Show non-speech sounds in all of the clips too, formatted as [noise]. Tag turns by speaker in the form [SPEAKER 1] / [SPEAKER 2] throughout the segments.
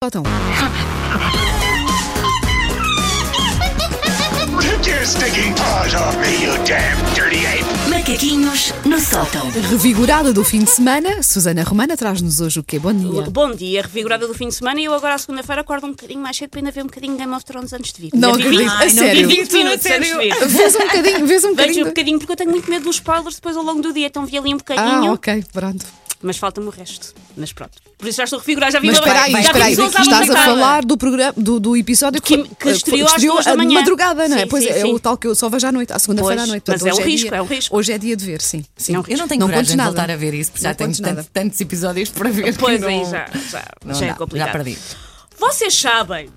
[SPEAKER 1] Faltam.
[SPEAKER 2] Take your stinking paws off me, you damn dirty ape!
[SPEAKER 3] Macaquinhos no sótão.
[SPEAKER 1] Revigorada do fim de semana, Susana Romana traz-nos hoje o quê? Bom dia.
[SPEAKER 4] Bom dia, revigorada do fim de semana e eu agora à segunda-feira acordo um bocadinho mais cedo para ainda ver um bocadinho Game of Thrones antes de vir.
[SPEAKER 1] Não
[SPEAKER 4] Ainda vi
[SPEAKER 1] acredito, a
[SPEAKER 4] vinte-
[SPEAKER 1] sério.
[SPEAKER 4] vi 20 minutos antes de vir.
[SPEAKER 1] Vês um bocadinho, vês um
[SPEAKER 4] Vejo um
[SPEAKER 1] bocadinho.
[SPEAKER 4] bocadinho porque eu tenho muito medo dos spoilers depois ao longo do dia, então vi ali um
[SPEAKER 1] Ah,
[SPEAKER 4] bocadinho,
[SPEAKER 1] ok, pronto.
[SPEAKER 4] mas falta-me o resto. Mas pronto, por isso já estou revigorada, já vi
[SPEAKER 1] Mas
[SPEAKER 4] uma
[SPEAKER 1] espera aí,
[SPEAKER 4] já vi
[SPEAKER 1] espera aí.
[SPEAKER 4] pessoas à
[SPEAKER 1] Estás a
[SPEAKER 4] bancada.
[SPEAKER 1] falar do, programa, do, do episódio que,
[SPEAKER 4] Que-
[SPEAKER 1] foi-
[SPEAKER 4] que estreou às duas da
[SPEAKER 1] a
[SPEAKER 4] manhã.
[SPEAKER 1] madrugada, não é?
[SPEAKER 4] Sim,
[SPEAKER 1] pois
[SPEAKER 4] sim,
[SPEAKER 1] é, é
[SPEAKER 4] sim.
[SPEAKER 1] o tal que eu só vejo à noite, à segunda-feira à
[SPEAKER 4] Pois,
[SPEAKER 1] noite.
[SPEAKER 4] mas
[SPEAKER 1] Portanto,
[SPEAKER 4] é um
[SPEAKER 1] hoje
[SPEAKER 4] risco,
[SPEAKER 1] dia-
[SPEAKER 4] é um risco.
[SPEAKER 1] Hoje é dia de ver, sim. sim.
[SPEAKER 4] É um risco.
[SPEAKER 5] Eu não tenho
[SPEAKER 1] contes
[SPEAKER 5] coragem de
[SPEAKER 1] nada.
[SPEAKER 5] voltar a ver isso, porque já
[SPEAKER 1] Não
[SPEAKER 5] tenho
[SPEAKER 1] contes
[SPEAKER 5] tanto-
[SPEAKER 1] nada.
[SPEAKER 5] tantos episódios para ver. que
[SPEAKER 4] Pois
[SPEAKER 5] não-
[SPEAKER 4] aí, já, já,
[SPEAKER 5] não
[SPEAKER 4] já é
[SPEAKER 5] dá,
[SPEAKER 4] complicado.
[SPEAKER 5] Já perdi.
[SPEAKER 4] Vocês sabem,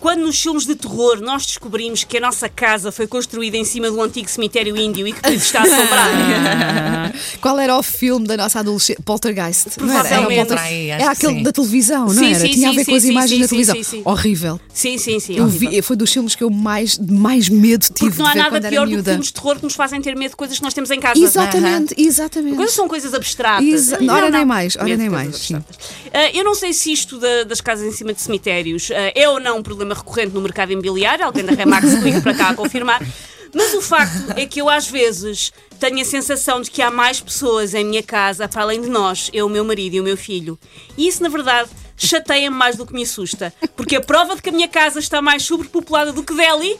[SPEAKER 4] quando nos filmes de terror nós descobrimos que a nossa casa foi construída em cima de um antigo cemitério índio e que por isso está assombrada?
[SPEAKER 1] Ah. Qual era o filme da nossa adolescente? Poltergeist. não era? Era, o
[SPEAKER 4] Provavelmente.
[SPEAKER 1] Poltergeist.
[SPEAKER 5] Acho
[SPEAKER 1] era
[SPEAKER 5] que
[SPEAKER 1] aquele
[SPEAKER 5] sim.
[SPEAKER 1] da televisão, não
[SPEAKER 4] Sim,
[SPEAKER 1] era?
[SPEAKER 4] sim,
[SPEAKER 1] Tinha a
[SPEAKER 4] sim,
[SPEAKER 1] ver com as
[SPEAKER 4] sim,
[SPEAKER 1] imagens
[SPEAKER 4] sim,
[SPEAKER 1] da
[SPEAKER 4] sim,
[SPEAKER 1] televisão.
[SPEAKER 4] sim, sim.
[SPEAKER 1] Horrível.
[SPEAKER 4] sim, sim, sim.
[SPEAKER 1] Eu
[SPEAKER 4] horrível.
[SPEAKER 1] vi, foi dos filmes que eu mais, de mais medo tive
[SPEAKER 4] Porque não há
[SPEAKER 1] de ver
[SPEAKER 4] nada
[SPEAKER 1] quando
[SPEAKER 4] pior
[SPEAKER 1] era
[SPEAKER 4] do que
[SPEAKER 1] miúda.
[SPEAKER 4] filmes de terror que nos fazem ter medo de coisas que nós temos em casa. é?
[SPEAKER 1] Exatamente, exatamente.
[SPEAKER 4] Coisas são coisas abstratas.
[SPEAKER 1] Exa-
[SPEAKER 4] Não,
[SPEAKER 1] ora
[SPEAKER 4] não.
[SPEAKER 1] nem mais, ora
[SPEAKER 4] Medo de
[SPEAKER 1] nem
[SPEAKER 4] coisas
[SPEAKER 1] mais, sim.
[SPEAKER 4] abstratas. Ah, eu não sei se isto da- das casas em cima de cemitérios ah, é ou não um problema recorrente no mercado imobiliário. Alguém da
[SPEAKER 1] [laughs]
[SPEAKER 4] Remax liga para cá a confirmar. Mas o facto é que eu, às vezes, tenho a sensação de que há mais pessoas em minha casa para além de nós, eu, o meu marido e o meu filho. E isso, na verdade, chateia-me mais do que me assusta. Porque a prova de que a minha casa está mais sobrepopulada do que Delhi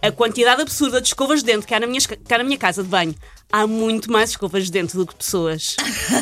[SPEAKER 4] a quantidade absurda de escovas de dente que há, na minha, esca- que há na minha casa de banho. Há muito mais escovas de dente do que pessoas.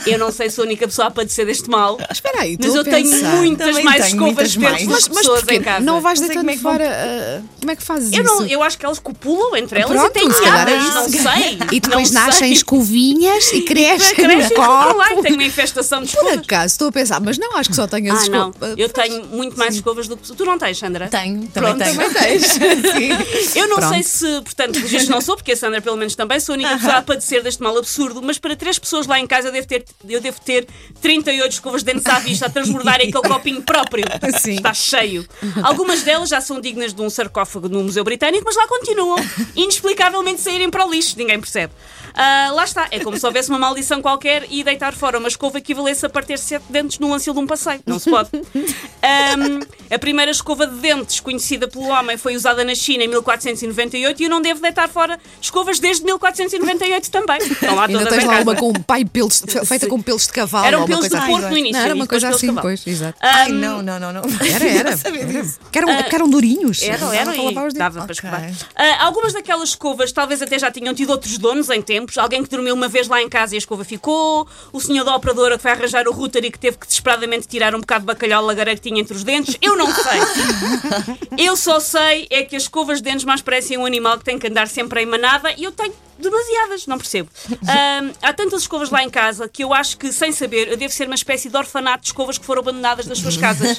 [SPEAKER 4] Eu não sei se sou a única pessoa a padecer deste mal.
[SPEAKER 1] [laughs] Ah, Espera aí,
[SPEAKER 4] Mas
[SPEAKER 1] estou
[SPEAKER 4] eu
[SPEAKER 1] a
[SPEAKER 4] tenho
[SPEAKER 1] pensar.
[SPEAKER 4] muitas
[SPEAKER 5] Também
[SPEAKER 4] mais
[SPEAKER 5] tenho
[SPEAKER 4] escovas de
[SPEAKER 5] muitas
[SPEAKER 4] dente do
[SPEAKER 5] mais.
[SPEAKER 4] que
[SPEAKER 1] Mas
[SPEAKER 4] pessoas
[SPEAKER 1] porquê?
[SPEAKER 4] em casa.
[SPEAKER 1] Não vais
[SPEAKER 5] Não sei
[SPEAKER 1] deitando
[SPEAKER 5] como é que vão-
[SPEAKER 1] fora. ah, como é que fazes
[SPEAKER 4] eu, não,
[SPEAKER 1] isso?
[SPEAKER 4] eu acho que elas copulam entre elas
[SPEAKER 1] Pronto,
[SPEAKER 4] e têm
[SPEAKER 1] se calhar é
[SPEAKER 4] alas, não
[SPEAKER 1] isso.
[SPEAKER 4] sei.
[SPEAKER 1] E depois
[SPEAKER 4] não
[SPEAKER 1] nascem
[SPEAKER 4] sei. [laughs]
[SPEAKER 1] escovinhas e crescem.
[SPEAKER 4] Crescem
[SPEAKER 1] no copo.
[SPEAKER 4] lá e tenho uma infestação de
[SPEAKER 1] Por
[SPEAKER 4] escovas.
[SPEAKER 1] acaso, estou a pensar, mas não, acho que só tenho as
[SPEAKER 4] Ah, não.
[SPEAKER 1] escovas. [laughs]
[SPEAKER 4] Eu tenho muito mais escovas do que pessoas. Tu não tens, Sandra?
[SPEAKER 5] Tenho,
[SPEAKER 4] Pronto,
[SPEAKER 5] também tenho.
[SPEAKER 4] também [laughs]
[SPEAKER 5] tens.
[SPEAKER 4] Eu não
[SPEAKER 1] Pronto.
[SPEAKER 4] sei se, portanto, pelo visto não sou, porque a Sandra pelo menos também sou a única pessoa a padecer deste mal absurdo, mas para três pessoas lá em casa eu devo ter, eu devo ter 38 escovas de dentes à vista a transbordarem aquele copinho próprio.
[SPEAKER 1] Sim.
[SPEAKER 4] Está cheio. Algumas delas já são dignas de um sarcófago no Museu Britânico, mas lá continuam, inexplicavelmente saírem para o lixo, ninguém percebe. Ah, lá está, é como se houvesse uma maldição qualquer e deitar fora uma escova equivalesse a partir sete dentes no lance de um passeio. Não se pode. Ahm, a primeira escova de dentes conhecida pelo homem foi usada na China em 1498 e eu não devo deitar fora escovas desde 1498 também. Estão lá
[SPEAKER 1] Ainda
[SPEAKER 4] todas
[SPEAKER 1] tens
[SPEAKER 4] em
[SPEAKER 1] lá
[SPEAKER 4] casa.
[SPEAKER 1] uma com um pai pelos, feita
[SPEAKER 4] Sim.
[SPEAKER 1] com pelos de cavalo.
[SPEAKER 4] Eram
[SPEAKER 1] ou uma
[SPEAKER 4] pelos
[SPEAKER 1] coisa
[SPEAKER 4] de
[SPEAKER 1] assim.
[SPEAKER 4] porco no início
[SPEAKER 1] Não, era
[SPEAKER 4] e
[SPEAKER 1] uma
[SPEAKER 4] depois
[SPEAKER 1] coisa
[SPEAKER 4] pelos de
[SPEAKER 1] assim,
[SPEAKER 4] cavalo.
[SPEAKER 1] pois, exato.
[SPEAKER 5] Ai, não, não, não, não.
[SPEAKER 1] Era, [laughs] era.
[SPEAKER 5] Saber disso.
[SPEAKER 1] Que eram, que eram durinhos.
[SPEAKER 4] Eram,
[SPEAKER 1] Dava
[SPEAKER 4] eram
[SPEAKER 1] para
[SPEAKER 4] e
[SPEAKER 1] lavar os dentes.
[SPEAKER 4] dava para
[SPEAKER 5] Ok.
[SPEAKER 4] escovar. Ah, algumas daquelas escovas talvez até já tinham tido outros donos em tempos. Alguém que dormiu uma vez lá em casa e a escova ficou. O senhor da operadora que foi arranjar o router e que teve que desesperadamente tirar um bocado de bacalhau lagareiro que tinha entre os dentes. Eu não sei.
[SPEAKER 1] [laughs]
[SPEAKER 4] eu só sei é que as escovas de dentes mais parecem um animal que tem que andar sempre em manada e eu tenho demasiadas, não percebo. Ah, há tantas escovas lá em casa que eu acho que, sem saber, eu devo ser uma espécie de orfanato de escovas que foram abandonadas das suas casas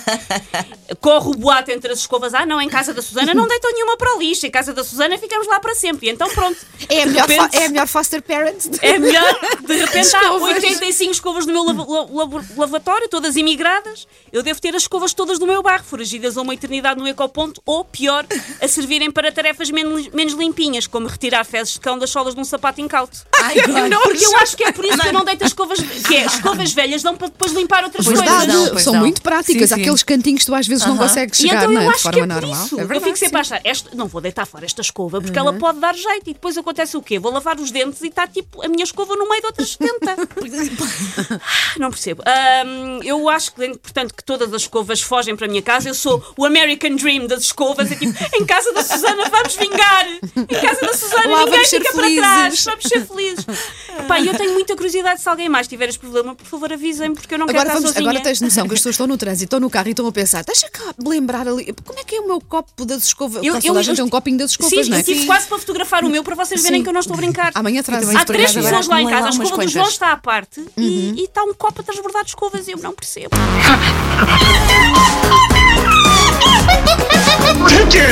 [SPEAKER 4] corre o boato entre as escovas. Ah, não, em casa da Susana não deitam nenhuma para o lixo. Em casa da Susana ficamos lá para sempre. E então pronto.
[SPEAKER 1] É a,
[SPEAKER 4] De
[SPEAKER 1] melhor,
[SPEAKER 4] repente-
[SPEAKER 1] fa- é a melhor foster parent.
[SPEAKER 4] é melhor. De repente há
[SPEAKER 1] Escovas.
[SPEAKER 4] 85 escovas no meu lava- la- labo- lavatório, todas imigradas. Eu devo ter as escovas todas do meu bairro, foragidas a uma eternidade no ecoponto, ou pior, a servirem para tarefas menos, menos limpinhas, como retirar fezes de cão das solas de um sapato incauto.
[SPEAKER 5] Ai, God.
[SPEAKER 4] Porque eu acho que é por isso que eu não deito as escovas, que é, escovas velhas dão para depois limpar outras
[SPEAKER 1] Pois
[SPEAKER 4] coisas.
[SPEAKER 1] dá,
[SPEAKER 5] não,
[SPEAKER 1] de-
[SPEAKER 5] pois
[SPEAKER 1] são
[SPEAKER 5] não.
[SPEAKER 1] muito práticas.
[SPEAKER 5] Sim, sim.
[SPEAKER 1] Aqueles cantinhos que tu às vezes não consegues
[SPEAKER 4] E
[SPEAKER 1] chegar
[SPEAKER 4] então
[SPEAKER 1] não é?
[SPEAKER 4] eu
[SPEAKER 1] de
[SPEAKER 4] acho que
[SPEAKER 1] forma
[SPEAKER 4] é por
[SPEAKER 1] normal.
[SPEAKER 4] isso.
[SPEAKER 1] É
[SPEAKER 4] eu
[SPEAKER 1] verdade, Uhum.
[SPEAKER 4] fico sempre
[SPEAKER 1] sim.
[SPEAKER 4] a achar, "Esta- não vou deitar fora esta escova porque ela pode dar jeito. E depois acontece o quê? Vou lavar os dentes e está tipo a minha escova no meio de outras 70.
[SPEAKER 1] [laughs]
[SPEAKER 4] Ah, não percebo. Ahm, eu acho que, portanto, que todas as escovas fogem para a minha casa. Eu sou o American Dream das escovas. É tipo, em casa da Susana vamos vingar. Em casa da Susana
[SPEAKER 1] Lá
[SPEAKER 4] ninguém
[SPEAKER 1] vamos ser
[SPEAKER 4] fica
[SPEAKER 1] felizes."
[SPEAKER 4] para trás. Vamos ser felizes. Pá, eu tenho muita curiosidade. Se alguém mais tiver este problema, por favor avisem-me porque eu não
[SPEAKER 1] Agora,
[SPEAKER 4] quero estar
[SPEAKER 1] vamos,
[SPEAKER 4] sozinha.
[SPEAKER 1] agora tens noção que as pessoas estão no trânsito, estão no carro e estão a pensar, deixa cá me lembrar ali, como é que é o meu copo das escovas? Eu, toda a gente tem um copinho das escovas,
[SPEAKER 4] Sim,
[SPEAKER 1] não é?
[SPEAKER 4] eu tive quase para fotografar o meu para vocês verem
[SPEAKER 1] Sim.
[SPEAKER 4] que eu não estou a brincar.
[SPEAKER 1] Amanhã traz
[SPEAKER 5] também
[SPEAKER 4] Há
[SPEAKER 5] Mas por
[SPEAKER 4] três
[SPEAKER 5] acaso
[SPEAKER 4] pessoas
[SPEAKER 5] agora
[SPEAKER 4] lá em casa, a
[SPEAKER 5] acumulei lá
[SPEAKER 4] escova do
[SPEAKER 5] umas
[SPEAKER 4] João
[SPEAKER 5] quantas.
[SPEAKER 4] está à parte
[SPEAKER 1] Uhum.
[SPEAKER 4] e- e está um copo a transbordar de escovas. Eu não percebo.
[SPEAKER 2] Take your